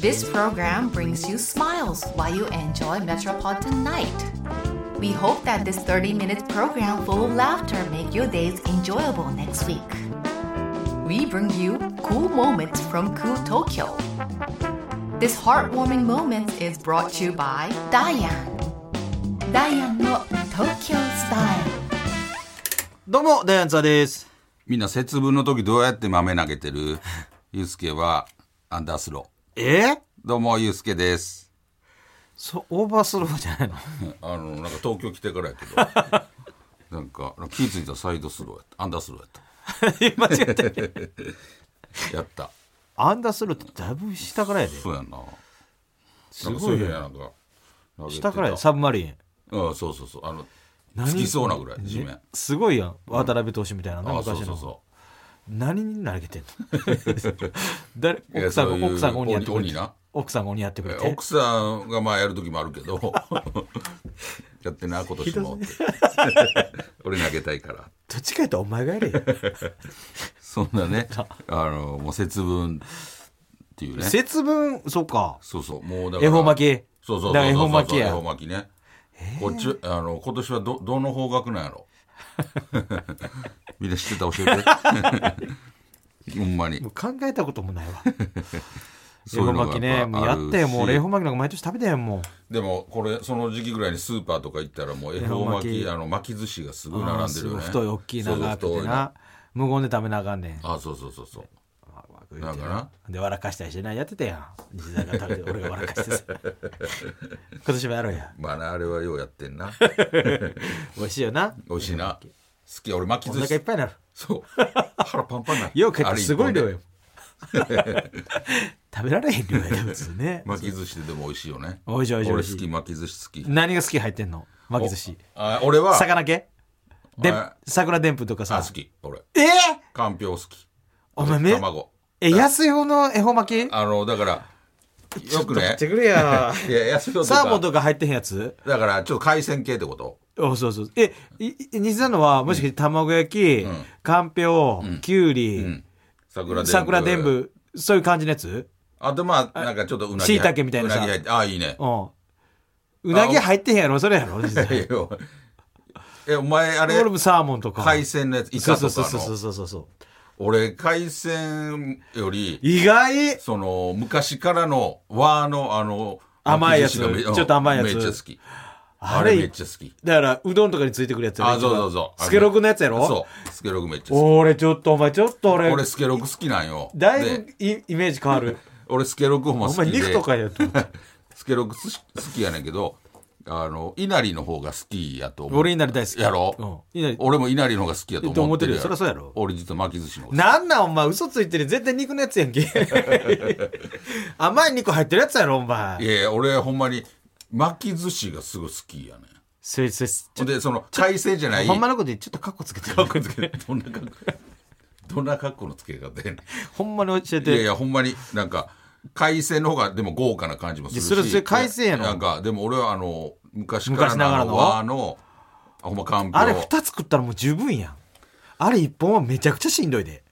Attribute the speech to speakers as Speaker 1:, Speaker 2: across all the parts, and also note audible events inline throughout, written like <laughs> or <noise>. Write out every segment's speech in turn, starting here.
Speaker 1: This program brings you smiles while you enjoy Metropolitan Night. We hope that this 30 minute program full of laughter make your days enjoyable next week. We bring you cool moments from cool Tokyo. This heartwarming moment is brought to you by Diane. Diane no Tokyo Style.
Speaker 2: どうも、ダイアンツァです。
Speaker 3: みんな節分の時どうやって豆投げて <laughs> るゆうすけはアンダースロ
Speaker 2: え
Speaker 3: ー。どうも、ゆうすけです。
Speaker 2: そオーバースローじゃないの
Speaker 3: あの、なんか東京来てからやけど。 <laughs> なんか、気づいたらサイドスローやった。アンダースローやっ
Speaker 2: 間違った。
Speaker 3: た。 <laughs> やった。
Speaker 2: アンダースローってだいぶ下からやで。
Speaker 3: そうやな。
Speaker 2: すごい
Speaker 3: ね。
Speaker 2: ね
Speaker 3: なんか投げてた
Speaker 2: 下からや、サブマリン。
Speaker 3: うん、そうそうそう。あの、
Speaker 2: 何
Speaker 3: つきそうなぐらい、地面。あ
Speaker 2: すごいやん。渡辺投手みたいなね、
Speaker 3: あ、
Speaker 2: 昔
Speaker 3: そ
Speaker 2: の。
Speaker 3: うそうそ
Speaker 2: 何に投げてん
Speaker 3: <laughs>
Speaker 2: の誰
Speaker 3: う。いや
Speaker 2: 奥さん
Speaker 3: そう
Speaker 2: が、
Speaker 3: いう
Speaker 2: 奥さんが鬼やってくれ
Speaker 3: 鬼
Speaker 2: て。
Speaker 3: な。
Speaker 2: 奥さんが鬼やってくれて。
Speaker 3: 奥さんがまあやる時もあるけど <laughs> やってな今年もって <laughs> 俺投げたいから
Speaker 2: どっちかやったらお前がや
Speaker 3: <laughs>
Speaker 2: れよ。
Speaker 3: そん
Speaker 2: <laughs>
Speaker 3: なねあのもう節分っていうね
Speaker 2: 節分、そうか。
Speaker 3: そうそうもうだから
Speaker 2: 恵方巻き。
Speaker 3: そうそうそう
Speaker 2: だから
Speaker 3: そう
Speaker 2: 恵方巻き
Speaker 3: 恵
Speaker 2: や
Speaker 3: 方。巻きねこっちあの今年はどどの方角なんやろみんな知ってたら教え
Speaker 2: <laughs>
Speaker 3: てほんまに
Speaker 2: もう考えたこともないわ。恵
Speaker 3: そうい
Speaker 2: 方
Speaker 3: うの
Speaker 2: 巻き
Speaker 3: がや
Speaker 2: ね。
Speaker 3: っ
Speaker 2: も
Speaker 3: ぱ
Speaker 2: う
Speaker 3: あ
Speaker 2: や
Speaker 3: るし
Speaker 2: ってよ、もう。恵方巻きなんか毎年食べたやん、もう。
Speaker 3: でもこれその時期ぐらいにスーパーとか行ったらもう恵
Speaker 2: 恵方
Speaker 3: 方巻
Speaker 2: 巻
Speaker 3: き
Speaker 2: き
Speaker 3: あの巻き寿司がすごい
Speaker 2: あ
Speaker 3: 並
Speaker 2: ー
Speaker 3: んでする
Speaker 2: ごい
Speaker 3: よね
Speaker 2: 太い大きい長く
Speaker 3: そうそう
Speaker 2: て
Speaker 3: 太いの
Speaker 2: な無言で食べなあかんねん
Speaker 3: あそうそうそうそう
Speaker 2: な
Speaker 3: なんかな
Speaker 2: で笑かしたりしてなやってたやん西田が食べ
Speaker 3: <laughs>
Speaker 2: て俺が笑かしてさ今年もやろうや
Speaker 3: まあなあれはようやって
Speaker 2: <laughs>
Speaker 3: んな
Speaker 2: 美味しいよな
Speaker 3: 美味しいな好き俺巻き
Speaker 2: お
Speaker 3: 寿
Speaker 2: 腹いっ
Speaker 3: 司
Speaker 2: ぱいになる
Speaker 3: そう腹パンパンな
Speaker 2: よう帰ったらすごい
Speaker 3: あれ一本
Speaker 2: 量
Speaker 3: で
Speaker 2: よ <laughs> 食べられへん量やで普通
Speaker 3: <laughs>
Speaker 2: ね
Speaker 3: 巻き寿司ででも美味しいよね
Speaker 2: 美味しい美味しい美
Speaker 3: 俺
Speaker 2: 味しい
Speaker 3: 好き巻き寿司好き
Speaker 2: 何が好き入ってんの巻き寿司
Speaker 3: あ俺は
Speaker 2: 魚系で
Speaker 3: あ
Speaker 2: 桜でんぷんとか
Speaker 3: あ
Speaker 2: さ
Speaker 3: 好き俺
Speaker 2: えー
Speaker 3: かんぴょう好き
Speaker 2: お前め
Speaker 3: 卵
Speaker 2: え安い方の恵方巻き
Speaker 3: あのだからよくね
Speaker 2: 買ってくれ
Speaker 3: <laughs>
Speaker 2: や
Speaker 3: いや安いのと
Speaker 2: サーモ
Speaker 3: か
Speaker 2: ンとか入ってへんやつ
Speaker 3: だからちょっと海鮮系ってこと
Speaker 2: おそうそう。え、いい西田のは、もしかして卵焼き、かんぴょう、きゅうり、
Speaker 3: 桜で
Speaker 2: 桜でんぶ、そういう感じのやつ
Speaker 3: あとまあなんかちょっとうなぎ
Speaker 2: 椎茸みたいな
Speaker 3: う
Speaker 2: さ
Speaker 3: なぎ入ってあいいね
Speaker 2: うん。うなぎ入ってへんやろそれやろ西田
Speaker 3: いやえお前あれ
Speaker 2: 俺もサーモンとか。
Speaker 3: 海鮮のやつイ
Speaker 2: そ
Speaker 3: カ
Speaker 2: うそ
Speaker 3: と
Speaker 2: うそ
Speaker 3: か
Speaker 2: う
Speaker 3: の
Speaker 2: そうそうそうそう。
Speaker 3: 俺海鮮より
Speaker 2: 意外
Speaker 3: その昔からの和のあの
Speaker 2: 甘いやつ
Speaker 3: 巻き寿司がめ
Speaker 2: ちょっと甘いやつ
Speaker 3: めっちゃ好き
Speaker 2: あ
Speaker 3: あ
Speaker 2: れ
Speaker 3: れめっちゃ好き
Speaker 2: だから、うどんとかについてくるやつやろ
Speaker 3: あそうそうそう
Speaker 2: スケロクのやつやろ
Speaker 3: そうスケロクめっちゃ好き
Speaker 2: 俺ちょっと、お前ちょっと俺、
Speaker 3: 俺スケロク好きなんよ
Speaker 2: だい
Speaker 3: で
Speaker 2: ぶイイメージ変わる。
Speaker 3: 俺スケロクほんま
Speaker 2: お
Speaker 3: 好
Speaker 2: 前
Speaker 3: きで
Speaker 2: 肉とかやと思った。
Speaker 3: <laughs> スケロクす好きやねんけどあの稲荷の方が好きやと思う
Speaker 2: 俺になりたい好き。
Speaker 3: やろ
Speaker 2: うん。いなり
Speaker 3: 俺も稲荷の方が好きやと思ってる
Speaker 2: と思ってるよそりゃそうやろ
Speaker 3: 俺実は巻き寿司の方が好き
Speaker 2: なんなんお前嘘ついてる絶対肉のやつやん
Speaker 3: <laughs>
Speaker 2: け甘い肉入ってるやつやろお前
Speaker 3: いやいや俺ほんまに巻き寿司がすごい好きやねん
Speaker 2: それそれち
Speaker 3: ほんでその海鮮じゃない
Speaker 2: ょほんまのことでちょっとカッコつけて
Speaker 3: かっこつけどんな格好どんな格好のつけ方やね
Speaker 2: ほんまに教え
Speaker 3: んいやい
Speaker 2: て
Speaker 3: やほんまになんか海鮮の方がでも豪華な感じもするし
Speaker 2: いやそれそれ海鮮やろ
Speaker 3: なんかでも俺はあの昔から
Speaker 2: 昔ながら
Speaker 3: の
Speaker 2: の
Speaker 3: 和のあほんまかんぴょ
Speaker 2: あれ
Speaker 3: う
Speaker 2: 2つ食ったらもう十分やんあれ1本はめちゃくちゃしんどいで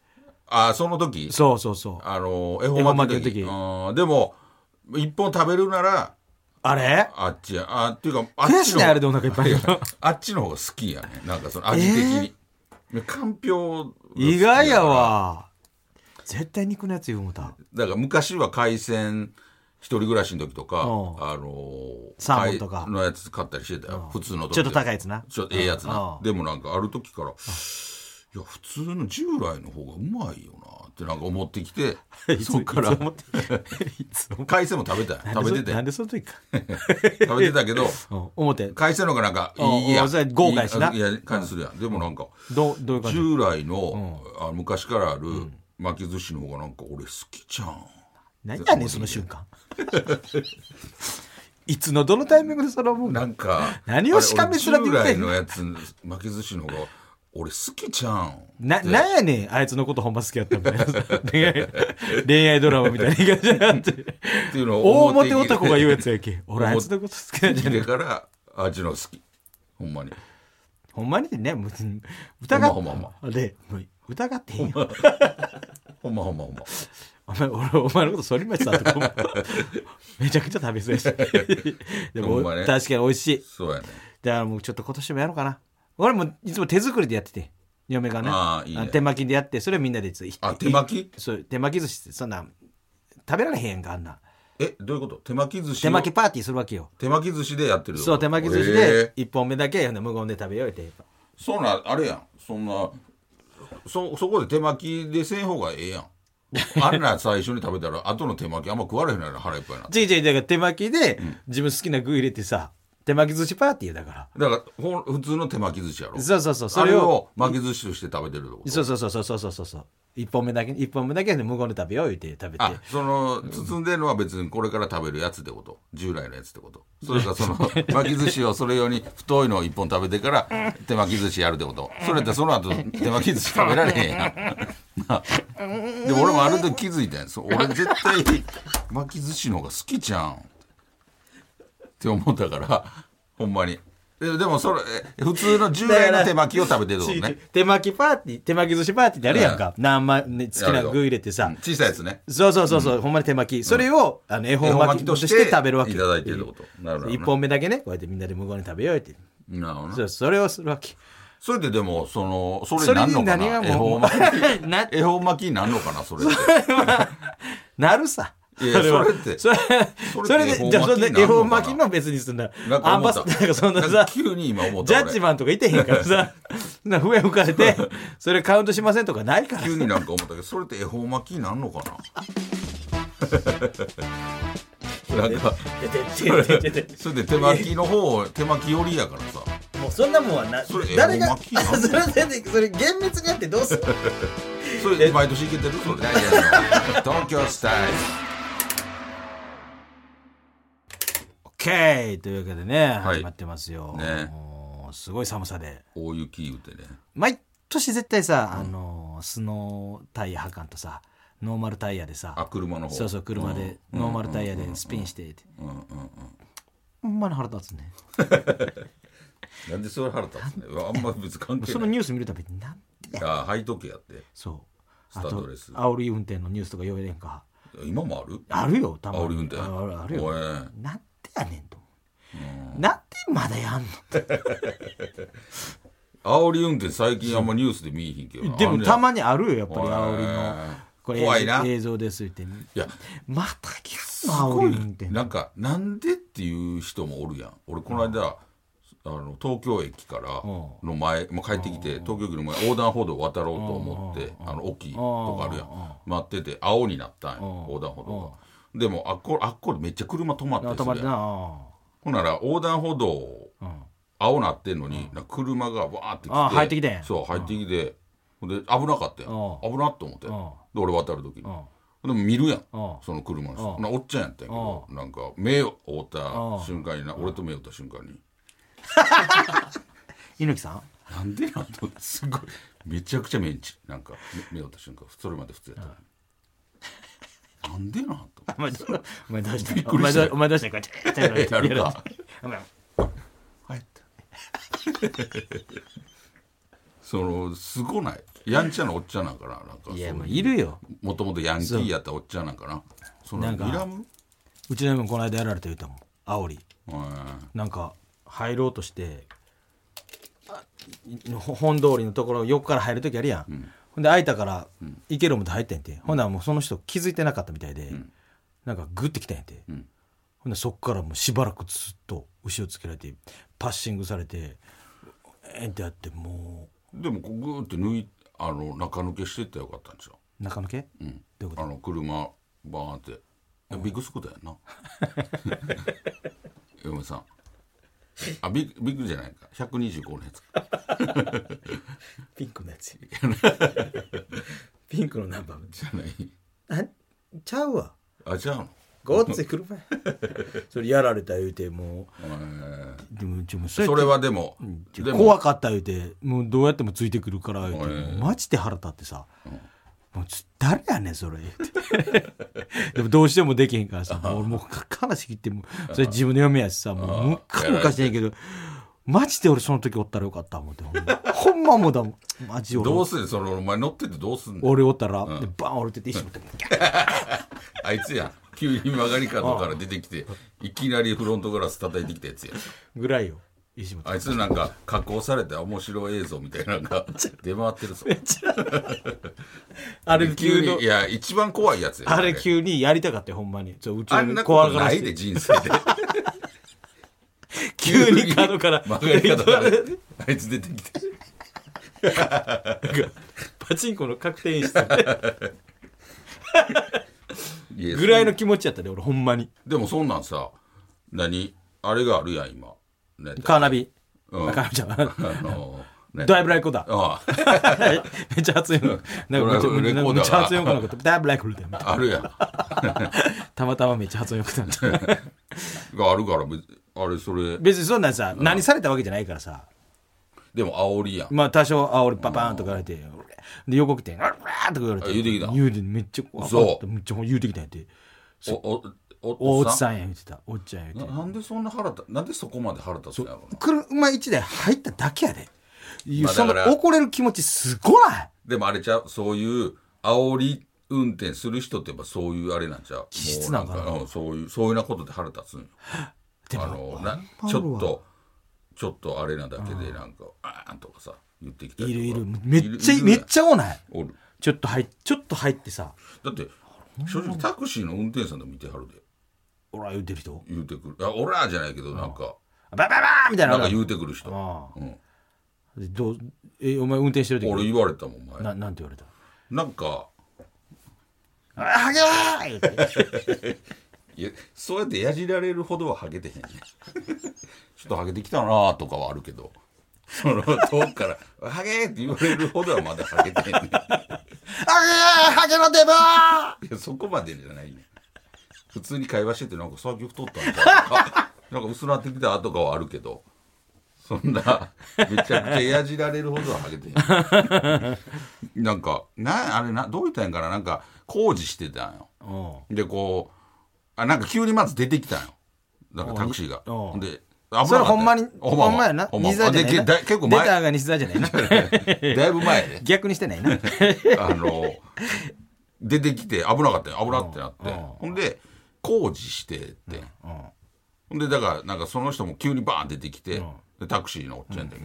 Speaker 3: あその時
Speaker 2: そうそうそう
Speaker 3: あの恵方巻きの時
Speaker 2: 恵方巻き
Speaker 3: うんでも一本食べるなら
Speaker 2: あれ
Speaker 3: あっちやあっていうかあっ
Speaker 2: 悔し
Speaker 3: ち
Speaker 2: い
Speaker 3: の
Speaker 2: ね
Speaker 3: 方
Speaker 2: あれでお腹いっぱい
Speaker 3: い
Speaker 2: に
Speaker 3: や
Speaker 2: なる
Speaker 3: あっちの方が好きやねなんかその味的に、かんぴょうが好き
Speaker 2: <laughs> 意
Speaker 3: やから
Speaker 2: 外やわ絶対肉のやつ言うもた
Speaker 3: だから昔は海鮮一人暮らしの時とか、
Speaker 2: うん
Speaker 3: あのー
Speaker 2: サーモンとか
Speaker 3: 貝のやつ買ったりしてたよ、普通の時
Speaker 2: ちょっと高いやつな
Speaker 3: ちょっとええやつな、
Speaker 2: うん
Speaker 3: でもなんかある時から、いや普通の従来の方がうまいよなってなんか思ってきて <laughs> そっか
Speaker 2: <laughs>
Speaker 3: ら
Speaker 2: いつも思っていつも
Speaker 3: 海鮮も食べたよ食べ
Speaker 2: <laughs>
Speaker 3: て
Speaker 2: なん
Speaker 3: て
Speaker 2: でその時か
Speaker 3: 食べてたけど
Speaker 2: うん思って
Speaker 3: 海鮮の方がなんかいい
Speaker 2: うん
Speaker 3: や
Speaker 2: うんそれ豪華やしない
Speaker 3: いや感じするやん、でもなんか、
Speaker 2: どうどういう感じ
Speaker 3: 従来の、あ昔からある巻き寿司の方がなんか俺好きじゃん
Speaker 2: 何やねんその瞬間 <laughs> いつのどのタイミングでそれ思うの
Speaker 3: なんか
Speaker 2: 何をしかめ面で言ってんの
Speaker 3: あれ俺従来のやつ巻き寿司の方が俺好きじゃん
Speaker 2: な、なんやねん、あいつのことほんま好きやったみたいな。恋愛、恋愛ドラマみたいな言い方になって。
Speaker 3: っていうのを
Speaker 2: 大
Speaker 3: 表
Speaker 2: 表
Speaker 3: に
Speaker 2: 男が言うやつや <laughs> け。俺あいつのこと好きなんじゃ
Speaker 3: 入
Speaker 2: ね
Speaker 3: れからあっちの好きほんまに
Speaker 2: <laughs> ほんまにね、別に疑っ
Speaker 3: ほんまほんま
Speaker 2: で、もう疑ってへんよ。
Speaker 3: ほんまほんまほんま
Speaker 2: お前俺お前のこと反町さんとか思 <laughs> うめちゃくちゃ食べそうやし <laughs> でも、
Speaker 3: ほんまね
Speaker 2: 確かに美味しい
Speaker 3: そうやね
Speaker 2: だからもうちょっと今年もやろうかな俺もいつも手作りでやってて嫁がね
Speaker 3: ああいいね
Speaker 2: 手巻きでやってそれをみんなでつい
Speaker 3: あ手巻き
Speaker 2: そう手巻き寿司ってそんな食べられへんやんかあんな
Speaker 3: えどういうこと手巻き寿司を
Speaker 2: 手巻きパーティーするわけよ
Speaker 3: 手巻き寿司でやってるってこと
Speaker 2: そう手巻き寿司
Speaker 3: へ
Speaker 2: で
Speaker 3: え
Speaker 2: 1本目だけほんで無言で食べようって
Speaker 3: そんなあれやんそんなそそこで手巻きでせん方がええやんあれな最初に食べたら後の手巻きあんま食われへんやろ腹いっぱいになって
Speaker 2: じいじいだから手巻きで自分好きな具入れてさ手巻き寿司パーティーだから
Speaker 3: だからほん普通の手巻き寿司やろ
Speaker 2: そうそうそうそ
Speaker 3: それ
Speaker 2: れを
Speaker 3: を巻き寿司として食べてるってこと
Speaker 2: そうそうそうそうそうそうそうそう1本目だけ一本目だけほんで無言で食べよう言って食べて
Speaker 3: あその包んでるのは別にこれから食べるやつってこと従来のやつってことそれかその巻き寿司をそれ用に太いのを1本食べてから手巻き寿司やるってことそれってその後手巻き寿司食べられへんやんなあでも俺もある時気づいたんやそう俺絶対巻き寿司の方が好きじゃんって思ったからほんまにででもそれえ普通の従来の手巻きを食べてるってことね
Speaker 2: 手巻きパーティー手巻き寿司パーティーってあるやんか、何万、ね、好きな具入れて
Speaker 3: う
Speaker 2: さ
Speaker 3: ん小さいやつね
Speaker 2: そうそうそうそう、ほんまに手巻きそれを、あの絵本巻きとして食べるわけ
Speaker 3: いただいてるってことなるほどな
Speaker 2: 1本目だけねこうやってみんなで無言で食べようって
Speaker 3: なるほどな
Speaker 2: そうそれをするわけ
Speaker 3: それででもそのそれ
Speaker 2: そ
Speaker 3: に
Speaker 2: れ
Speaker 3: なん
Speaker 2: に何
Speaker 3: のかな
Speaker 2: が
Speaker 3: 恵
Speaker 2: も
Speaker 3: 方
Speaker 2: う
Speaker 3: 巻き
Speaker 2: <laughs> な
Speaker 3: 恵方巻きになんのかなそれって
Speaker 2: <laughs> なるさ
Speaker 3: いや
Speaker 2: は
Speaker 3: それって
Speaker 2: それそ
Speaker 3: そ
Speaker 2: れ
Speaker 3: れって
Speaker 2: でじゃあそんな
Speaker 3: 恵
Speaker 2: 絵
Speaker 3: 方
Speaker 2: 本巻
Speaker 3: 巻き
Speaker 2: き
Speaker 3: な
Speaker 2: の別にそんな
Speaker 3: なんか
Speaker 2: アン
Speaker 3: 思
Speaker 2: バ
Speaker 3: っ
Speaker 2: サ
Speaker 3: た
Speaker 2: ダーなんかそんな
Speaker 3: なん
Speaker 2: さ
Speaker 3: か急に今思った
Speaker 2: ジャ
Speaker 3: 俺
Speaker 2: ッジマンとかいてへんからさな笛吹かれてそれカウントしませんとかないから
Speaker 3: 急になんか思ったけどそれって恵方巻きになん
Speaker 2: <laughs>
Speaker 3: のかななん
Speaker 2: ちょち
Speaker 3: か
Speaker 2: ょちょちょ
Speaker 3: それで手巻きの方を手巻き寄りやからさ
Speaker 2: もうそんなもんはな
Speaker 3: それ
Speaker 2: 誰が
Speaker 3: 恵方巻きなの
Speaker 2: それ全然それ厳密にやってどうする
Speaker 3: それで毎年いけてるそれ東京スタイル
Speaker 2: OK というわけでね
Speaker 3: はい
Speaker 2: 始まってますよ、
Speaker 3: ね
Speaker 2: もうすごい寒さで
Speaker 3: 大雪言うてね
Speaker 2: 毎年絶対さ、あのスノータイヤはかんとさノーマルタイヤでさ
Speaker 3: あ車の方
Speaker 2: そうそう車でノーマルタイヤでスピンしてってほんまに腹立つね
Speaker 3: なんでそれ腹立つねあんま別に関係
Speaker 2: その
Speaker 3: ない
Speaker 2: ニュース見るたびになん
Speaker 3: あハイトケやって
Speaker 2: そう
Speaker 3: ス
Speaker 2: あ
Speaker 3: タッ
Speaker 2: と
Speaker 3: ドレス
Speaker 2: 煽り運転のニュースとか読めれんか
Speaker 3: 今も
Speaker 2: あ
Speaker 3: ある
Speaker 2: るよたまに
Speaker 3: 煽り運転
Speaker 2: あるあるよ
Speaker 3: おい
Speaker 2: なんでやねんと思うなんでまだやんの
Speaker 3: 煽り運転最近あんまニュースで見えへんけどな
Speaker 2: で
Speaker 3: あ
Speaker 2: も
Speaker 3: んねや
Speaker 2: たまにあるよやっぱり煽り
Speaker 3: へ
Speaker 2: の
Speaker 3: え
Speaker 2: これ
Speaker 3: 怖いな
Speaker 2: 映像ですって
Speaker 3: いや
Speaker 2: またギャ
Speaker 3: す
Speaker 2: ンの
Speaker 3: ご
Speaker 2: 煽
Speaker 3: い
Speaker 2: り運転
Speaker 3: なんかなんでっていう人もおるやん俺この間、あの東京駅からの前、まあ、帰ってきて、東京駅の前横断歩道渡ろうと思って、あの大きいとかあるやん、待ってて青になったんや、横断歩道が、でもあっこあっこでめっちゃ車止まった
Speaker 2: あ
Speaker 3: りす
Speaker 2: 止まる
Speaker 3: るやん
Speaker 2: なあ
Speaker 3: ほんなら横断歩道、青なってんのに、なんか車がわーって来て
Speaker 2: あ入ってきてん
Speaker 3: そう入ってきて、ほんで危なかったよ、
Speaker 2: うん
Speaker 3: 危なっと思って、で俺渡る時に、でも見るやん、その車の人、なおっちゃんやったんやけど、なんか目を覆った瞬間にな、俺と目を覆った瞬間に、
Speaker 2: 猪木さん
Speaker 3: なんでなんとすごいめちゃくちゃメンチなんか目目を覆った瞬間それまで普通やったのに、なんでなんと
Speaker 2: お前どお前どうし
Speaker 3: びったく
Speaker 2: お
Speaker 3: り
Speaker 2: 前
Speaker 3: した
Speaker 2: どうお前どうしたこうやってやる
Speaker 3: やるか
Speaker 2: お前
Speaker 3: 入ったそのすごないやんちゃなおっちゃんなんかななんか
Speaker 2: いや
Speaker 3: その
Speaker 2: もういるよ
Speaker 3: もともとヤンキーやったおっちゃんなんかなその
Speaker 2: なんか
Speaker 3: いらん
Speaker 2: うちの嫁もこの間やられて言ったもん煽り
Speaker 3: うん
Speaker 2: なんか入ろうとしてあいほ本通りのところ横から入るときあるやん、ほんで開いたから行けるもって入ってんて、ほんならもうその人気づいてなかったみたいで、なんかグッてきたんやて、ほんでそっからもうしばらくずっと後ろつけられてパッシングされてえーってやっても
Speaker 3: でもこうグーって抜いあの中抜けしてったらよかったんですよ
Speaker 2: う中抜け、どういうこ
Speaker 3: あ
Speaker 2: と
Speaker 3: の車バーンってビッグスクーターやんな <laughs> 嫁さんあビッグビッグじゃないか125のやつか
Speaker 2: ピンクのやつピンクのナンバー
Speaker 3: じゃない
Speaker 2: あちゃうわ
Speaker 3: あじゃあの
Speaker 2: ごっつい車やそれやられた言うても
Speaker 3: えー
Speaker 2: うでもちょもう
Speaker 3: そ
Speaker 2: やって
Speaker 3: れはでもでも
Speaker 2: 怖かった言うてもうどうやってもついてくるから言うて、
Speaker 3: ええ
Speaker 2: マジで腹立ってさ、もうつ誰やねんそれ言うてでもどうしてもできへんからさもう俺もうか悲しきってもうそれ自分の嫁やしさもうむっかむかしてんやけどマジで俺その時おったらよかった思ってほんまほんまもうだもんマジ俺
Speaker 3: どうするそのお前乗っててどうすんの
Speaker 2: 俺おったら、でバン折れてて石持ってギャッ
Speaker 3: あいつやん急に曲がり角から出てきていきなりフロントガラス叩いてきたやつや
Speaker 2: ぐらいよ石持って
Speaker 3: あいつなんか加工された面白い映像みたいなのが出回ってるぞ
Speaker 2: あれ急
Speaker 3: 急
Speaker 2: に
Speaker 3: にいや一番怖いやつや
Speaker 2: あれ急にやりたかったよほんまにちょうち
Speaker 3: あん
Speaker 2: の
Speaker 3: な
Speaker 2: 怖
Speaker 3: こ
Speaker 2: が
Speaker 3: と
Speaker 2: ら
Speaker 3: な
Speaker 2: せ
Speaker 3: い
Speaker 2: て
Speaker 3: で人生で
Speaker 2: 急に <laughs> 角
Speaker 3: <laughs>
Speaker 2: から
Speaker 3: 曲がり角からあいつ出てきて
Speaker 2: パチンコの確定演出
Speaker 3: いや
Speaker 2: ぐらいの気持ちやったで俺ほんまに
Speaker 3: でもそんなんさ何あれがあるやん今ね
Speaker 2: カーナビ、
Speaker 3: う
Speaker 2: カ
Speaker 3: ん
Speaker 2: ーナビじゃない
Speaker 3: あのね
Speaker 2: ドライブライコーダー
Speaker 3: ああ
Speaker 2: <laughs> めっちゃ熱いの。なんかめっちゃ
Speaker 3: これレコーダーが
Speaker 2: めっちゃ発音良くなかった。ダブラックルで。
Speaker 3: <laughs> あるやん
Speaker 2: たまたまめっちゃ発音良くな
Speaker 3: <laughs>
Speaker 2: った。
Speaker 3: があるから別にあれそれ
Speaker 2: 別にそんなんさ、何されたわけじゃないからさ。
Speaker 3: でも煽りやん
Speaker 2: まあ多少、あ、俺パパーンとか言われて、で、横来て、あらーとか言われて。
Speaker 3: あ言うてきた
Speaker 2: 言うて、めっちゃ、あ
Speaker 3: 嘘
Speaker 2: あっためっちゃ言うてきたんやって。
Speaker 3: おお
Speaker 2: お
Speaker 3: お
Speaker 2: お
Speaker 3: お
Speaker 2: っ
Speaker 3: っ
Speaker 2: さ
Speaker 3: さん
Speaker 2: んや言うてた。おっちゃん言う
Speaker 3: な
Speaker 2: て。
Speaker 3: なんでそんな腹立なんでそこまで腹立つんやろうな
Speaker 2: 車一台入っただけやで。いや
Speaker 3: まあ
Speaker 2: その
Speaker 3: だから
Speaker 2: 怒れる気持ちすごない
Speaker 3: でもあれちゃうそういう煽り運転する人ってやっぱそういうあれなんちゃう
Speaker 2: 気質なんかな
Speaker 3: もううんそういうそういうなことで腹立つんよ
Speaker 2: でも
Speaker 3: あの、な
Speaker 2: ほんまおるわ
Speaker 3: ちょっとちょっとあれなだけでなんかあーんとかさ言ってきた
Speaker 2: い
Speaker 3: りと
Speaker 2: る
Speaker 3: か
Speaker 2: いる。めっちゃ、
Speaker 3: いる
Speaker 2: めっちゃおない。
Speaker 3: おる
Speaker 2: ちょっと入っ、ちょっと入ってさ、
Speaker 3: だって正直タクシーの運転手さんでも見てはるで
Speaker 2: おら言うてる人。
Speaker 3: 言うてくるあオラじゃないけどなんか
Speaker 2: バババーンみたいな
Speaker 3: なん
Speaker 2: のあ
Speaker 3: か
Speaker 2: るや
Speaker 3: 言
Speaker 2: ん。
Speaker 3: うてくる人
Speaker 2: ああ
Speaker 3: うん
Speaker 2: でどうえお前運転してる時
Speaker 3: 俺言われたもんお前
Speaker 2: ななんて言われた
Speaker 3: なんか
Speaker 2: 「あハゲー!」って
Speaker 3: いやそうやってやじられるほどはハゲてへんね <laughs> ちょっとハゲてきたなとかはあるけどその遠くから「ハゲ!」って言われるほどはまだハゲてへん
Speaker 2: 「
Speaker 3: ね
Speaker 2: ハゲーハゲの出番!
Speaker 3: いやそこまでじゃないね普通に会話しててなんか最近太ったんちゃうとか <laughs> なんか薄なってきたとかはあるけどそんなめちゃくちゃやじられるほどはハゲてへんなんかなあれなどう言ったんやんからなんか工事してたんよ」
Speaker 2: う
Speaker 3: でこうあなんか急にまず出てきたんよなんかタクシーが
Speaker 2: うん
Speaker 3: で
Speaker 2: んそれほんまに
Speaker 3: ほ
Speaker 2: ほ
Speaker 3: んま
Speaker 2: んまやな
Speaker 3: ほんま
Speaker 2: 西澤じゃない
Speaker 3: で
Speaker 2: な
Speaker 3: けだ結構
Speaker 2: 出
Speaker 3: 前
Speaker 2: たが西澤じゃないな
Speaker 3: <laughs> だいぶ前で
Speaker 2: 逆にしてないな
Speaker 3: あの出てきて危なかったよ危なってなって
Speaker 2: うん
Speaker 3: ほんで工事してって
Speaker 2: うん
Speaker 3: ほんでだからなんかその人も急にバーン出てきて
Speaker 2: うん
Speaker 3: でタクシーのおっちゃんだけ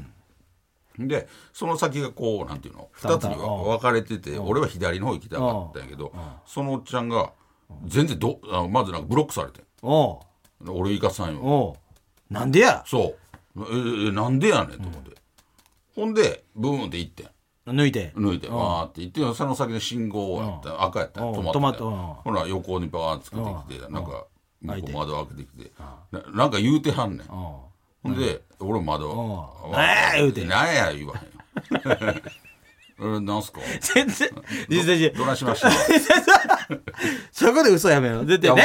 Speaker 3: どでその先がこうなんていうの
Speaker 2: 二
Speaker 3: 2
Speaker 2: つ
Speaker 3: つ
Speaker 2: に
Speaker 3: に分かれてて俺は左の方行きたかったんやけどそのおっちゃんが全然どあまずなんかブロックされて
Speaker 2: おう
Speaker 3: 俺行かさんよ
Speaker 2: おうなんでや
Speaker 3: そう。ええなんでやねんと思って。ほんで、ブーンって行ってん。
Speaker 2: 抜いて
Speaker 3: 抜いて、わーって行って、その先の信号やった、赤やった、
Speaker 2: うん
Speaker 3: 止まってた
Speaker 2: 止まっ
Speaker 3: ほら、横にバーンつけてきて、なんか、向こう窓開けてきて、ななんか言うてはんねん。
Speaker 2: おう
Speaker 3: ほんで、俺も窓、
Speaker 2: ん
Speaker 3: わー
Speaker 2: なんや言うてん
Speaker 3: なんや言わへんよ。え、 <laughs> なんすか
Speaker 2: 全然西澤じゃ
Speaker 3: どないしましたい
Speaker 2: そこで嘘やめろ出て
Speaker 3: や、
Speaker 2: ね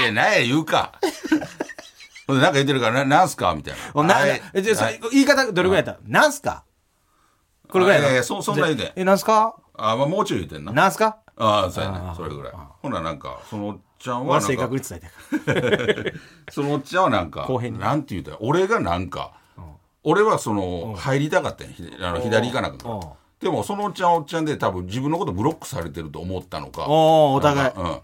Speaker 3: いやなんや言うか。 <laughs> ほんで、なんか言ってるから、ななんすかみたい
Speaker 2: お
Speaker 3: な。
Speaker 2: な
Speaker 3: はい
Speaker 2: えじゃあそ
Speaker 3: はい
Speaker 2: れ言い方どれぐらいやったなんすかこれぐらい
Speaker 3: あいやい
Speaker 2: や
Speaker 3: やそそんな言うてん
Speaker 2: でえなんすか
Speaker 3: あ、まあ、もうちょい言うてんな。
Speaker 2: なんすか
Speaker 3: ああそうやねそれぐらいほななんかそのおっちゃんは
Speaker 2: は
Speaker 3: なん
Speaker 2: 正
Speaker 3: か
Speaker 2: 確に伝えたから
Speaker 3: そのおっちゃんはなんか
Speaker 2: 後編に
Speaker 3: なんて言うたら俺がなんか俺はその入りたかったんやひあの左行かなかった
Speaker 2: お
Speaker 3: か
Speaker 2: う
Speaker 3: らでもそのおっちゃんはおっちゃんで多分自分のことブロックされてると思ったのか
Speaker 2: おうお互い
Speaker 3: なんかうん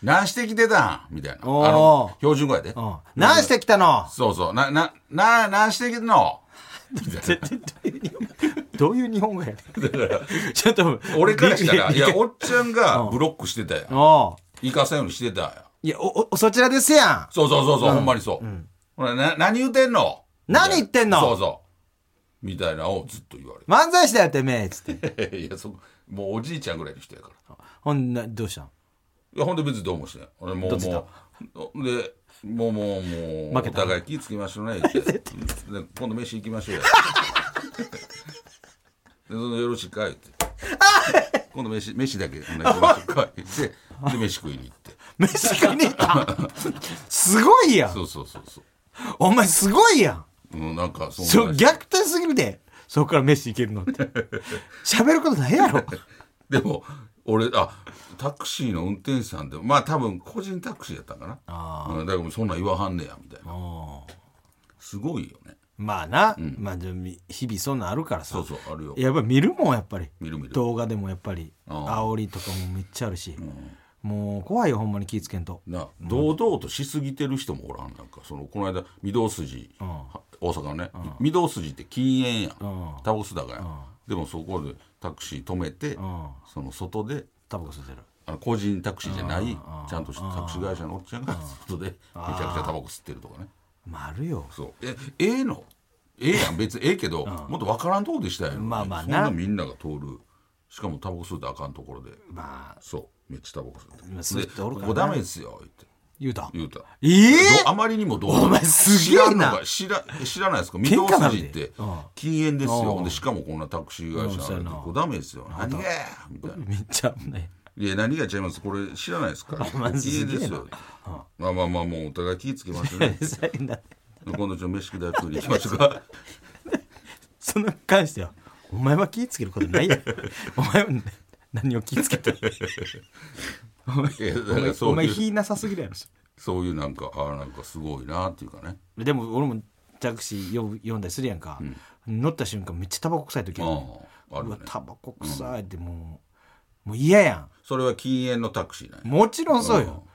Speaker 3: 何してきてたんみたいなあ
Speaker 2: おう
Speaker 3: の標準語やで
Speaker 2: うんなんしてきたの
Speaker 3: そうそうななな何してきてんの
Speaker 2: 絶対どういう日本語やねん。ちょっと、
Speaker 3: 俺からしたら
Speaker 2: び
Speaker 3: いやおっちゃんがブロックしてたやん
Speaker 2: おう
Speaker 3: 行かせんようにしてたやん
Speaker 2: いや、お、お、そちらですや
Speaker 3: そうそうそうそう、ほんまにそう。ほら、な、何言ってんの
Speaker 2: 何言ってんの
Speaker 3: そうそう。みたいなのをずっと言わ
Speaker 2: ん。漫才師だよ、てめえ。つって。
Speaker 3: れる。 <laughs> いや、そこ、もうおじいちゃんぐらいの人やから。
Speaker 2: ほんな、どうしたん
Speaker 3: いや、ほんで別にどうもしてない。俺も
Speaker 2: どっ
Speaker 3: う、
Speaker 2: ちだ
Speaker 3: もう、で、もう、もう、もう、
Speaker 2: 負けた
Speaker 3: お互い気つきましょう
Speaker 2: <laughs>
Speaker 3: ね。ってで今度飯行きましょうや。で、そのよろしいかいって。今度飯、飯だけお願いし
Speaker 2: <laughs>
Speaker 3: ましょうかいって、で、飯食いに行って。
Speaker 2: 飯食いに行ったすごいやん
Speaker 3: そうそうそうそう。
Speaker 2: お前すごいやん
Speaker 3: うん、なんか、そんな
Speaker 2: そ逆転すぎるで。そこから飯行けるのって。喋ることないやろ。
Speaker 3: でも俺あタクシーの運転手さんでまあ多分個人タクシーやったんかなうんだからもうそんなん言わはんねやみたいなすごいよね
Speaker 2: まあな、まあでも日々そんなんあるからさ
Speaker 3: そうそうあるよ
Speaker 2: やっぱり見るもんやっぱり
Speaker 3: 見る見る
Speaker 2: 動画でもやっぱり
Speaker 3: ああ
Speaker 2: 煽りとかもめっちゃあるし、もう怖いよほんまに気ぃつけんと
Speaker 3: な堂々としすぎてる人もおらんなんかそのこの間御堂筋、は大阪のね御堂筋って禁煙やん、タバコ吸ったらあかんやん、でもそこでタクシー止めて、その外で
Speaker 2: タバコ吸ってる
Speaker 3: あの個人タクシーじゃないちゃんとしたタクシー会社のおっちゃんが外でめちゃくちゃタバコ吸ってるとかね
Speaker 2: まああるよ
Speaker 3: そうえええのええやん別にええけど、もっと分からんとこでしたやん、
Speaker 2: まあまあ
Speaker 3: そん
Speaker 2: な
Speaker 3: なみんなが通るしかもタバコ吸うとあかんところで
Speaker 2: まあ
Speaker 3: そうめっちゃタバコ吸って
Speaker 2: まあ吸う人おる
Speaker 3: で
Speaker 2: から
Speaker 3: ここ
Speaker 2: な
Speaker 3: ダメですよ言って
Speaker 2: 言うた
Speaker 3: 言うた
Speaker 2: ええ
Speaker 3: どあまりにもどう
Speaker 2: お前すげえな
Speaker 3: 知らんのか知ら知らないですか御
Speaker 2: 喧
Speaker 3: 堂
Speaker 2: 嘩なんで
Speaker 3: 筋って
Speaker 2: うん
Speaker 3: 禁煙です
Speaker 2: う
Speaker 3: よ
Speaker 2: ん
Speaker 3: でしかもこんなタクシー会社
Speaker 2: うんそうや
Speaker 3: なん
Speaker 2: な
Speaker 3: でこれダメですよ何がやみたいな
Speaker 2: めっちゃ危ない
Speaker 3: いや何が違いますこれ知らないです
Speaker 2: <laughs>
Speaker 3: か禁
Speaker 2: 前すげえな
Speaker 3: 煙ですよまあまあまあもうお互い気ぃつけましょうね
Speaker 2: 最悪だ
Speaker 3: 今度ちょっと飯食いたいに行きましょうか
Speaker 2: その関してはお前は気ぃつけることないやんお前は何を気ぃつけてる
Speaker 3: いやだ
Speaker 2: お
Speaker 3: か
Speaker 2: 前
Speaker 3: らそ
Speaker 2: お
Speaker 3: う
Speaker 2: 前
Speaker 3: いう
Speaker 2: 火なさすぎるやろ
Speaker 3: そういうなんかあーなんかすごいなっていうかね
Speaker 2: でも俺もタクシー呼ぶ呼んだりするやんか、乗った瞬間めっちゃタバコ臭い時ある
Speaker 3: ああある
Speaker 2: う
Speaker 3: ね
Speaker 2: わタバコ臭いってもう,、もう嫌や
Speaker 3: それは禁煙のタクシーなん
Speaker 2: ん
Speaker 3: や
Speaker 2: もちろんそうよ、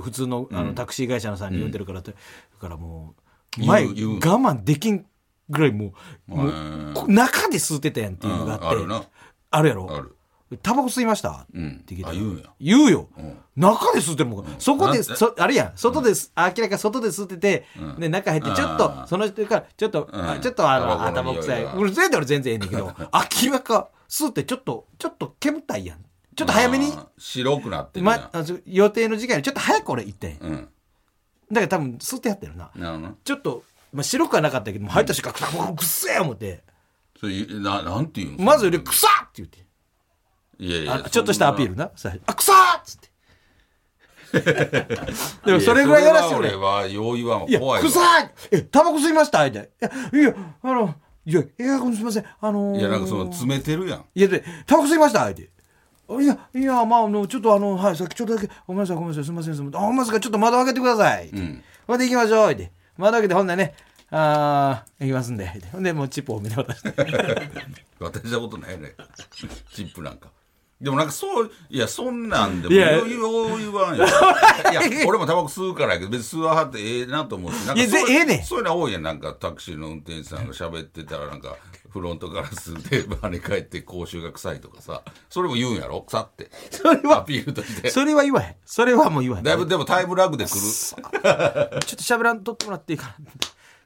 Speaker 2: 普通のあのタクシー会社のさんに呼んでるからって、だからもう前我
Speaker 3: 言う言う
Speaker 2: 慢できんぐらいもうもう
Speaker 3: へえ
Speaker 2: こ中で吸ってたやんっていうのがあって、
Speaker 3: うんあるな
Speaker 2: あるやろ
Speaker 3: ある
Speaker 2: タバコ吸いました、
Speaker 3: ん
Speaker 2: って聞いたら
Speaker 3: あ言うんや
Speaker 2: 言うよ、中で吸ってるもん、そこで
Speaker 3: なん
Speaker 2: そあれやん外です、明らかに外で吸ってて、で中入ってちょっ
Speaker 3: あ
Speaker 2: と
Speaker 3: ー
Speaker 2: その人からちょっと、
Speaker 3: ん
Speaker 2: あちょっとあのあタ
Speaker 3: タ
Speaker 2: バ
Speaker 3: バコ
Speaker 2: コ
Speaker 3: の
Speaker 2: 臭
Speaker 3: 匂い
Speaker 2: い
Speaker 3: が
Speaker 2: うるせえで俺全然ええねんけ
Speaker 3: <laughs>
Speaker 2: ど明らか吸ってちょっとちょっと煙たいやんちょっと早めに
Speaker 3: あ、ー白くなってるやん、
Speaker 2: ま、あの予定の時間よりちょっと早く俺行ってんだか
Speaker 3: うん
Speaker 2: ら多分吸ってやってるな
Speaker 3: なるほどな
Speaker 2: ちょっと、まあ、白くはなかったけどもう入った瞬間タバコ臭え思って
Speaker 3: それななんていうんですか
Speaker 2: まずより臭っって言って。
Speaker 3: いやい
Speaker 2: あ
Speaker 3: や
Speaker 2: ちょっとしたアピールな最初あくさーっつってで
Speaker 3: <laughs> そん
Speaker 2: も
Speaker 3: な
Speaker 2: それぐらいやらせて
Speaker 3: そ
Speaker 2: く
Speaker 3: れ
Speaker 2: れ
Speaker 3: は俺は用意はもう
Speaker 2: いや
Speaker 3: 怖いわ
Speaker 2: くさいえタバコ吸いましたみたいないやいやあのいやエアコンすいませんあのー、
Speaker 3: いやなんかその詰めてるやん
Speaker 2: いやでタバコ吸いましたっていやいやまああのちょっとあのはいさっきちょっとだけごめんなさいごめんなさいすいませんすいませんあほんまですかちょっと窓開けてください、うん、ほんで行きましょうって窓開けてほんならねあー行きますんでってほんでもうチップ多めで渡して
Speaker 3: 渡したことないねチップなんかでもなんかそういやそんなんでも
Speaker 2: いや
Speaker 3: 余裕余
Speaker 2: <laughs>
Speaker 3: 裕はんやいや俺もタバコ吸うからやけど別に吸わはってええなと思うしなん
Speaker 2: いや
Speaker 3: かそう
Speaker 2: ぜええねん
Speaker 3: そういうの多いやんなんかタクシーの運転手さんが喋ってたらなんかフロントガラスで跳ね返って口臭が臭いとかさそれも言うんやろ臭って
Speaker 2: それ
Speaker 3: ア
Speaker 2: は
Speaker 3: ピールとして
Speaker 2: それは言わへんそれはもう言わへん
Speaker 3: だいぶでもタイムラグで来る
Speaker 2: ちょっと喋らんとってもらっていいかな。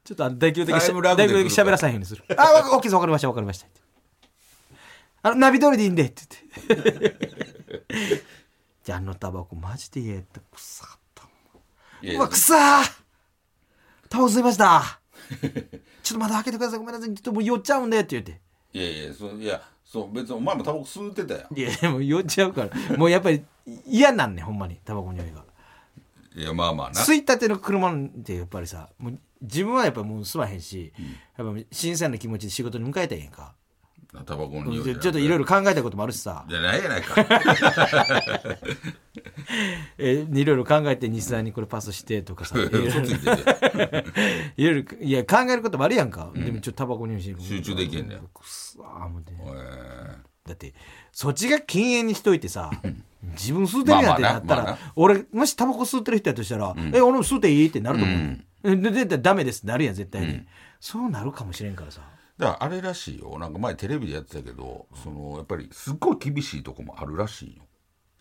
Speaker 2: ちょっとあのできるだけ
Speaker 3: タ
Speaker 2: し
Speaker 3: イムラ
Speaker 2: ゃ
Speaker 3: グで
Speaker 2: でき
Speaker 3: 来
Speaker 2: る
Speaker 3: る
Speaker 2: だけ喋らさないようにする。あ、わかオッケーですわかりましたわかりました。あのナビ通りでいいんでって言って。じゃああのタバコマジで言えってくさかった。
Speaker 3: いやいうや
Speaker 2: わくさー。タバコ吸いました。 <laughs> ちょっとまだ開けてくださいごめんなさいちょっともう酔っちゃうんでって言って。
Speaker 3: いやいやそういやそう別にお前もタバコ吸うてたやん
Speaker 2: いやでも酔っちゃう <laughs> からもうやっぱり嫌なんねんほんまにタバコの匂いが。
Speaker 3: いやまあまあな
Speaker 2: 吸いたての車ってやっぱりさもう自分はやっぱもう吸わへんし、やっぱ新鮮な気持ちで仕事に向かいたいやんか
Speaker 3: タバコの
Speaker 2: ち
Speaker 3: 匂い
Speaker 2: ょちょっといろいろ考えたこともあるし <laughs> さ、
Speaker 3: じゃないやないか
Speaker 2: えいろいろ考えて日産にこれパスしてとか <laughs> さいろいろ
Speaker 3: 嘘ついて <laughs> て
Speaker 2: いろいろいや考えることもあるやんか、でもちょっとタバコに集
Speaker 3: 集中できへんねん
Speaker 2: くっさー思って
Speaker 3: え
Speaker 2: だってそっちが禁煙にしといてさ自分吸うてるやんって
Speaker 3: ま
Speaker 2: な
Speaker 3: あまあな
Speaker 2: ったら、
Speaker 3: まあな
Speaker 2: 俺もしタバコ吸ってる人やとしたら「え俺も吸うていい?」ってなると思う、えでででダメですってなるやん絶対に、そうなるかもしれんからさ
Speaker 3: だからあれらしいよなんか前テレビでやってたけど、そのやっぱりすっごい厳しいとこもあるらしいよ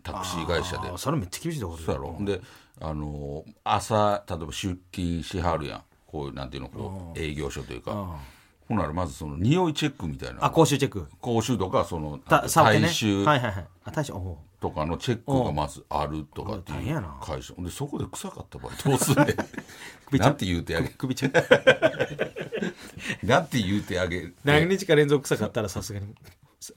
Speaker 3: タクシー会社で
Speaker 2: あーそれめっちゃ厳しいところ
Speaker 3: そうやろ、であのー朝例えば出勤しはるやんこういうなんていうのこう営業所というかほんならまずその匂いチェックみたいな
Speaker 2: あ講習チェック
Speaker 3: 口臭とかその
Speaker 2: た触ってね
Speaker 3: 体臭
Speaker 2: はいはいはいあ大衆おう
Speaker 3: とかのチェックがまずあるとかって
Speaker 2: うん大
Speaker 3: い
Speaker 2: 変や
Speaker 3: う
Speaker 2: な
Speaker 3: 会社でそこで臭かった場合
Speaker 2: <laughs>
Speaker 3: どうすんねん
Speaker 2: ちゃう
Speaker 3: なんて言うてあげ
Speaker 2: 首
Speaker 3: <laughs>
Speaker 2: ちゃん
Speaker 3: なんて言うてあげ
Speaker 2: 何日か連続臭かったらさすがに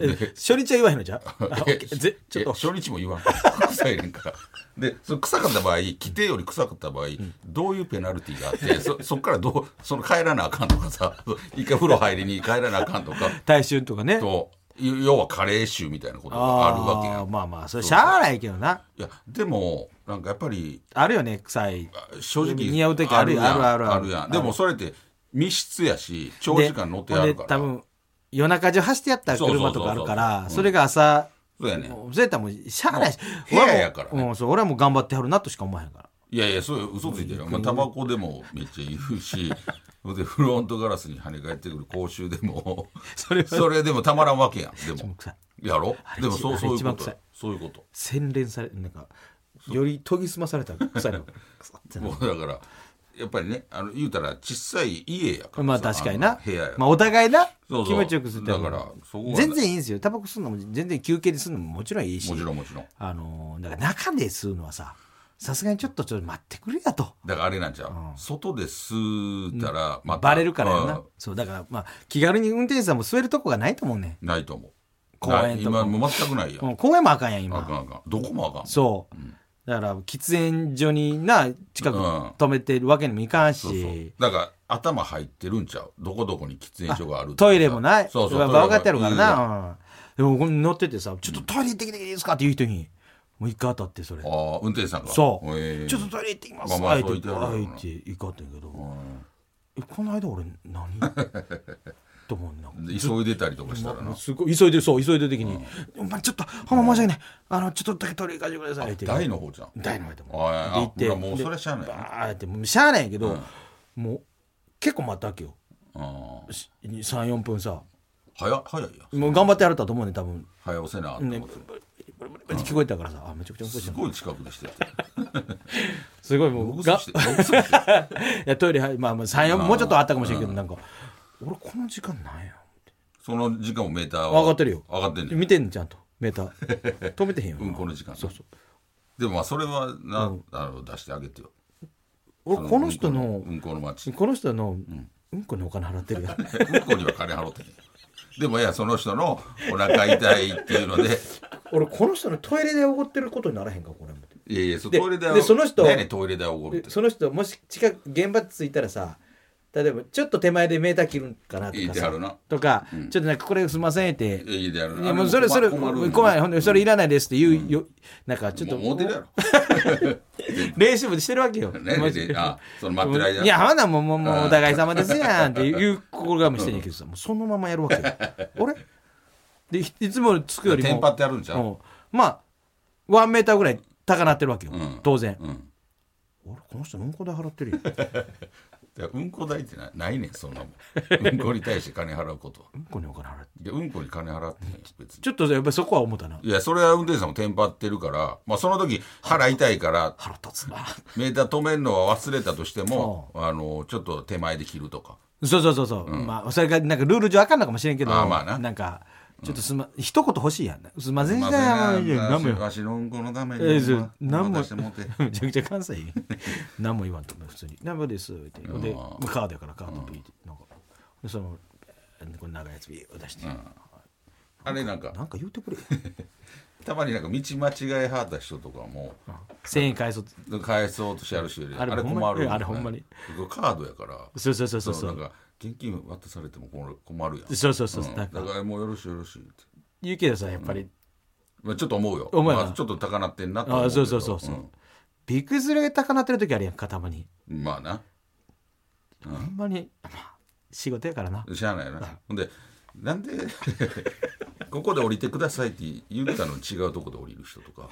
Speaker 2: え初日は言わへんの
Speaker 3: <laughs>
Speaker 2: じゃああオッケーぜちょっ
Speaker 3: え
Speaker 2: と
Speaker 3: 初日も言わん臭いね
Speaker 2: <laughs>
Speaker 3: んからでその臭かった場合規定より臭かった場合、どういうペナルティがあってそそっからどうその帰らなあかんとかさ一回風呂入りに帰らなあかんとか
Speaker 2: 大衆とかね
Speaker 3: と要はカレー臭みたいなことがあるわけや
Speaker 2: あー
Speaker 3: ん
Speaker 2: まあまあそれしゃあないけどない
Speaker 3: やでもなんかやっぱり
Speaker 2: あるよね臭い
Speaker 3: 正直
Speaker 2: 似合う時ある
Speaker 3: やん
Speaker 2: あるあるある
Speaker 3: やんでもそれって密室やし長時間乗ってやるか
Speaker 2: で
Speaker 3: ら
Speaker 2: ほんで多分夜中中走ってやった車とかあるから
Speaker 3: そうそうそうそう
Speaker 2: それが朝
Speaker 3: そうやね
Speaker 2: もうそれやったらもうしゃあないし
Speaker 3: もう部屋やからね
Speaker 2: 俺もうんそう俺はもう頑張ってはるなとしか思わへんから
Speaker 3: いやいやそうよ嘘ついてるよ、まあ、タバコでもめっちゃ言うし <laughs> でフロントガラスに跳ね返ってくる口臭でも
Speaker 2: それは
Speaker 3: それでもたまらんわけやんで
Speaker 2: もう
Speaker 3: も
Speaker 2: 臭い
Speaker 3: やろ
Speaker 2: あれ
Speaker 3: でもそう
Speaker 2: 一
Speaker 3: そういうこ
Speaker 2: 番
Speaker 3: と
Speaker 2: 臭い
Speaker 3: よそういうこと
Speaker 2: 洗練されなんかより研ぎ澄まされた臭いの臭ってな
Speaker 3: <laughs> もうだからやっぱりねあの言うたら小さい家やから
Speaker 2: <laughs>
Speaker 3: さ
Speaker 2: まあ確かにな
Speaker 3: あの部屋やから
Speaker 2: まあお互いな
Speaker 3: そうそう
Speaker 2: 気持ちよくするって
Speaker 3: だからそこが
Speaker 2: 全然いいんですよタバコ吸うのも全然休憩でするのももちろんいいし
Speaker 3: もちろんもちろん
Speaker 2: あのーだから中で吸うのはささすがにちょっとちょっと待ってくれやと
Speaker 3: だからあれなんちゃう、外で吸ったら、また
Speaker 2: バレるからやな
Speaker 3: う
Speaker 2: そうだからまあ気軽に運転手さんも吸えるとこがないと思うね
Speaker 3: んないと思う
Speaker 2: 公園とか
Speaker 3: ない今もう全くないやん
Speaker 2: もう公園もあかんやん
Speaker 3: あかん
Speaker 2: 今
Speaker 3: あかんどこもあかん
Speaker 2: そうだから喫煙所にな近く
Speaker 3: うん
Speaker 2: 止めてるわけにもいかん
Speaker 3: そうそう
Speaker 2: し
Speaker 3: だから頭入ってるんちゃうどこどこに喫煙所があるとかさ
Speaker 2: トイレもない
Speaker 3: そうそう
Speaker 2: わ
Speaker 3: トイレも
Speaker 2: 分かってやるから
Speaker 3: うん
Speaker 2: なうんでもこれ乗っててさ「ちょっとトイレ行ってきていいですか?」って言う人にもう一回当たってそれ
Speaker 3: ああ運転手さんが
Speaker 2: そう、
Speaker 3: えー
Speaker 2: ちょっとトイレ行ってきます、
Speaker 3: まあまあ
Speaker 2: あえて
Speaker 3: そう言ってやるよな
Speaker 2: あえて行かはったんやけど、えこの間俺
Speaker 3: <laughs>
Speaker 2: 何と思うねんな
Speaker 3: で急いでたりとかしたらな
Speaker 2: すごい急いでそう急いでる時に「お前ちょっとほんま申し訳ないあのちょっとだけトイレ行かせてください」って
Speaker 3: 大の方じゃん
Speaker 2: 大の方やと思う
Speaker 3: ああ
Speaker 2: で行って
Speaker 3: もうそれはしゃあないな
Speaker 2: バーってもうしゃあないけど、もう結構待ったわけよ
Speaker 3: ああ
Speaker 2: 34分さ
Speaker 3: 早早いや
Speaker 2: もう頑張ってやれたと思うね多分
Speaker 3: 早押せなと
Speaker 2: ね
Speaker 3: 思っ
Speaker 2: ブ
Speaker 3: て
Speaker 2: ルブルブルブルって聞こえたからさあめちゃくちゃ遅いじ
Speaker 3: す
Speaker 2: ゃん
Speaker 3: ごい近くでしてて
Speaker 2: すごいも
Speaker 3: 僕
Speaker 2: う
Speaker 3: そ
Speaker 2: が
Speaker 3: して僕そして
Speaker 2: いやトイレ入まあまあ34もうちょっとあったかもしれんけどなんか俺この時間なんや
Speaker 3: その時間もメーターは
Speaker 2: 上がってるよ
Speaker 3: 上がってんねん
Speaker 2: 見てんのちゃんとメーター止めてへんよな、
Speaker 3: うんこの時間そうそうでもまあそれはな、あの出してあげてよ
Speaker 2: 俺この人の
Speaker 3: うんこの町
Speaker 2: この人のうんこにお金払ってるやん
Speaker 3: 向こうには金払ってねでもいやその人のお腹痛いっていうの
Speaker 2: <laughs>
Speaker 3: で
Speaker 2: <laughs> 俺この人のトイレでおごってることにならへんかこれ思って
Speaker 3: いやいやそ
Speaker 2: で
Speaker 3: トイレ代を
Speaker 2: でその人
Speaker 3: 何トイレ代をおごるって
Speaker 2: でその人もし近く現場着いたらさ例えばちょっと手前でメーター切るんかなと
Speaker 3: 言い
Speaker 2: か
Speaker 3: ては
Speaker 2: さ
Speaker 3: るな
Speaker 2: とか、ちょっとなんかこれすんませんって
Speaker 3: いやいいでやる
Speaker 2: いやもうそれそれ
Speaker 3: 困る
Speaker 2: ごめんほんでそれいらないですって言う、よなんかちょっ
Speaker 3: も
Speaker 2: と
Speaker 3: うモテるやろ
Speaker 2: 練習もしてるわけよ。<laughs>
Speaker 3: ね
Speaker 2: マジ
Speaker 3: であその待ってる間
Speaker 2: いや、ほなもう、もう、もうお互い様ですやんっていう心構えしてんやけどさ、もうそのままやる
Speaker 3: <laughs>
Speaker 2: わけよ。あれで、いいつもつくよりも。
Speaker 3: テンパってやるんちゃう
Speaker 2: うんまあ、ワンメーターぐらい高なってるわけよ
Speaker 3: うん。
Speaker 2: 当然。
Speaker 3: うん
Speaker 2: 俺、この人、うんこで払 <laughs> ってるよ。
Speaker 3: いやうんこ代ってなないねんそんなもんうんこに対して金払うことは
Speaker 2: うんこにお金払って。
Speaker 3: いやうんこに金払ってない別に
Speaker 2: ちょっとやっぱりそこは思ったな。
Speaker 3: いやそれは運転手さんもテンパってるから、まあ、その時腹痛いから
Speaker 2: 腹立つな。
Speaker 3: メーター止めるのは忘れたとしても、あのちょっと手前で切るとか
Speaker 2: そうそうそうそう。まあ、それが、なんかルール上あかんのかもしれんけど、
Speaker 3: あまあなん
Speaker 2: か、ちょっとすま、一言欲しいやん。すんませんじ
Speaker 3: ま
Speaker 2: ゃ
Speaker 3: あ
Speaker 2: ん。いやなんもよ
Speaker 3: わしのうんこのために、
Speaker 2: ええそう
Speaker 3: ほんま
Speaker 2: 何も
Speaker 3: 出してもうて
Speaker 2: めちゃくちゃ関西何も言わんと思う普通に「何もです」って言ってでまあカードやからカードピーってなんかでそのえーこの長いやつビーッ出して、
Speaker 3: あれなんか
Speaker 2: なんか言うてくれよ
Speaker 3: たまになんか道間違えはった人とかも
Speaker 2: 1000円返そう
Speaker 3: 返そうとしてやる人いる
Speaker 2: あ
Speaker 3: あ
Speaker 2: れ
Speaker 3: れ
Speaker 2: ほんま
Speaker 3: 困る
Speaker 2: あれほんまに
Speaker 3: 僕カードやから
Speaker 2: そうそうそうそう
Speaker 3: そ
Speaker 2: そうう
Speaker 3: なんか現金渡されても困る困るやん
Speaker 2: そうそうそう、
Speaker 3: ん
Speaker 2: な
Speaker 3: だ
Speaker 2: んか
Speaker 3: からもうよろしいよろしいって、
Speaker 2: 言うけどさやっぱり、
Speaker 3: まあ、ちょっと思うよ
Speaker 2: 思うよな
Speaker 3: まあ、ちょっと高なってんなと思う
Speaker 2: あ
Speaker 3: け
Speaker 2: あ
Speaker 3: ど
Speaker 2: そうそうそうそう、びっくりするが高なってる時あるやんかたまに、
Speaker 3: うんまあな
Speaker 2: ほんまに、まあ、仕事やからな
Speaker 3: しゃあないよなほんでなんでここで降りてくださいって言ったのに違うとこで降りる人
Speaker 2: <laughs>
Speaker 3: とか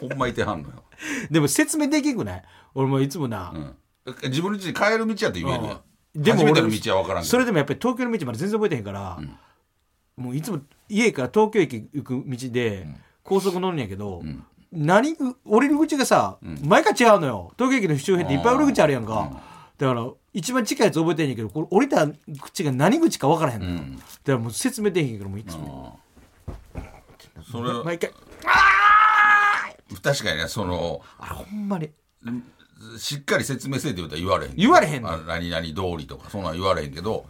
Speaker 3: ほんまいてはんのよ、
Speaker 2: でも説明できんくない俺もいつもな、
Speaker 3: うん、自分の道に帰る道やって言えるやん
Speaker 2: でも
Speaker 3: 初め
Speaker 2: 俺
Speaker 3: ての道は分からんけど
Speaker 2: それでもやっぱり東京の道まで全然覚えてへんから、もういつも家から東京駅行く道で高速乗るんやけど、何降りる口がさ、毎回違うのよ東京駅の周辺っていっぱい降り口あるやんか、だから一番近いやつ覚えてんやけどこれ降りた口が何口か分からへんのよ、だからもう説明できへんけどもういつも、
Speaker 3: それは
Speaker 2: 毎回
Speaker 3: 確かにねその
Speaker 2: あれほんまに
Speaker 3: しっかり説明せえって言うたら言われへん
Speaker 2: 言われへんの
Speaker 3: あ何々通りとかそんなん言われへんけど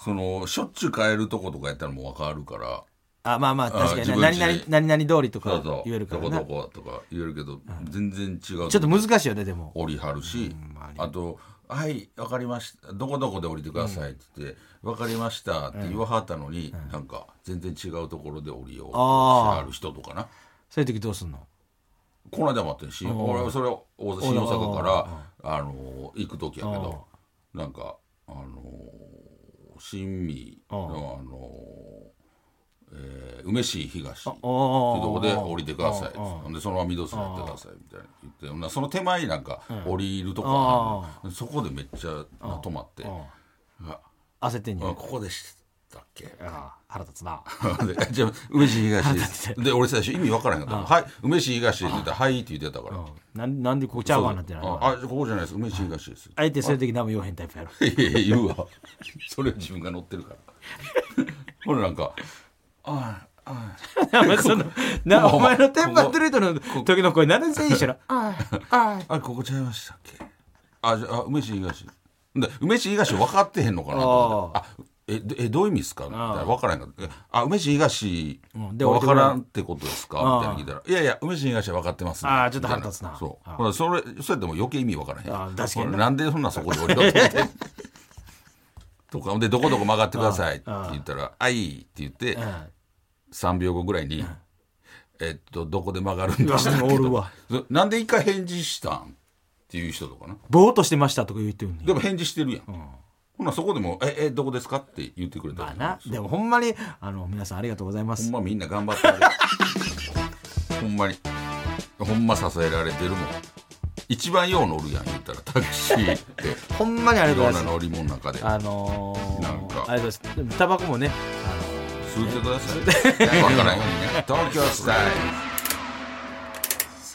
Speaker 3: そのしょっちゅう変えるとことかやったらもう分かるから
Speaker 2: あまあまあ確かに
Speaker 3: 自
Speaker 2: ね
Speaker 3: 分
Speaker 2: 何
Speaker 3: 家
Speaker 2: 々何々通りと
Speaker 3: そう
Speaker 2: か
Speaker 3: そう
Speaker 2: 言えるから
Speaker 3: ど
Speaker 2: な
Speaker 3: こどことか言えるけど、全然違う
Speaker 2: ちょっと難しいよねでも
Speaker 3: 降りはるし、あと「はい分かりましたどこどこで降りてください」って言って「分かりました」って言わはったのに、なんか全然違うところで降りようとしてはる人とかな
Speaker 2: そういう時どうすんの
Speaker 3: この間もあったし俺はそれを大新大阪から、あのー行く時やけどなんかあのー新見のあのーえー梅市東っていうとこで降りてくださいっつってほんでそのまま緑線行ってくださいみたいに言ってほんならその手前になんか降りるとこあるのそこでめっちゃな止まってあ
Speaker 2: 焦ってんね
Speaker 3: あ
Speaker 2: ん
Speaker 3: ここでしたっけ
Speaker 2: あー腹立つな
Speaker 3: <laughs> でじゃあ梅市 <laughs> 東ですで俺最初意味わからへんかった「はい梅市東」って言ったら「はい」って言ってたから「
Speaker 2: なんなんでこうちゃうわなってなる
Speaker 3: ああここじゃないです梅市東です」
Speaker 2: あえてそういう時何も言わへんタイプやろ
Speaker 3: いやいや言うわそれ自分が乗ってる <laughs> からほらなんか「ああ
Speaker 2: <laughs>
Speaker 3: あ
Speaker 2: そのなお前のテンパってる人の時の声何で全員一緒な
Speaker 3: ああれここちゃいましたっけあじゃああ梅市東」で梅市東分かってへんのかなと思って「あえどえどういう意味ですか?」みたいな分からへんかった「あ梅市東
Speaker 2: んで
Speaker 3: 分からんってことですか?」みたいな聞いたら「いやいや梅市東は分かってますね」
Speaker 2: あーちょっと
Speaker 3: みたい
Speaker 2: 腹立つな
Speaker 3: そう
Speaker 2: あー
Speaker 3: ほらそれそれでも余計意味分からへん
Speaker 2: あー確かになん
Speaker 3: でそんなそこで降りようと思ってん <laughs> とかでどこどこ曲がってくださいって言ったら「あい」って言 <laughs> って、3秒後ぐらいに、えっと、どこで曲がるんでしたっけ
Speaker 2: うわおるわ
Speaker 3: そなんで一回返事したんっていう人とかな。
Speaker 2: ぼーっとしてましたとか言ってるのに
Speaker 3: でも返事してるやん。ほな、そこでも、え、え、どこですかって言ってくれた
Speaker 2: まあ
Speaker 3: ら
Speaker 2: なでもほんまにあの皆さんありがとうございま
Speaker 3: ほん
Speaker 2: す
Speaker 3: まみんな頑張ってあげる <laughs> ほんまに。ほんま支えられてるもん。一番よう乗るやん、言ったら、タクシーって。
Speaker 2: ほんまにあり
Speaker 3: い
Speaker 2: がとうござま
Speaker 3: ろんない
Speaker 2: す
Speaker 3: 乗り物の中で。
Speaker 2: あのー、
Speaker 3: な
Speaker 2: あ
Speaker 3: んか
Speaker 2: りがとうございますでもタバコもね
Speaker 3: 吸ってくださ
Speaker 2: <laughs>
Speaker 3: い。わからんようにね。東京スタイル。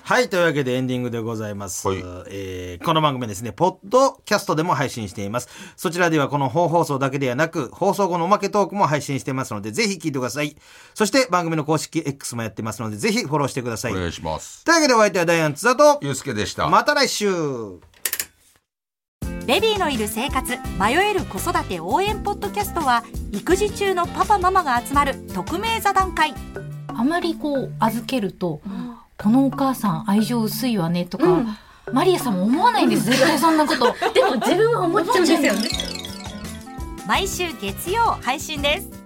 Speaker 2: はい、というわけでエンディングでございます。
Speaker 3: はい
Speaker 2: えーこの番組はですね、ポッドキャストでも配信しています。そちらではこの本放送だけではなく、放送後のおまけトークも配信してますので、ぜひ聞いてください。そして番組の公式 X もやってますので、ぜひフォローしてください。
Speaker 3: お
Speaker 2: という
Speaker 3: 願
Speaker 2: わ
Speaker 3: いします。
Speaker 2: けでお相手はダイアンツだと、
Speaker 3: ゆうすけでした。
Speaker 2: また来週
Speaker 4: ベビーのいる生活迷える子育て応援ポッドキャストは育児中のパパママが集まる匿名座談会
Speaker 5: あまりこう預けると、このお母さん愛情薄いわねとか、マリアさんも思わないんです、絶対そんなこと。でも自分は思っちゃうんですよね。
Speaker 4: 毎週月曜配信です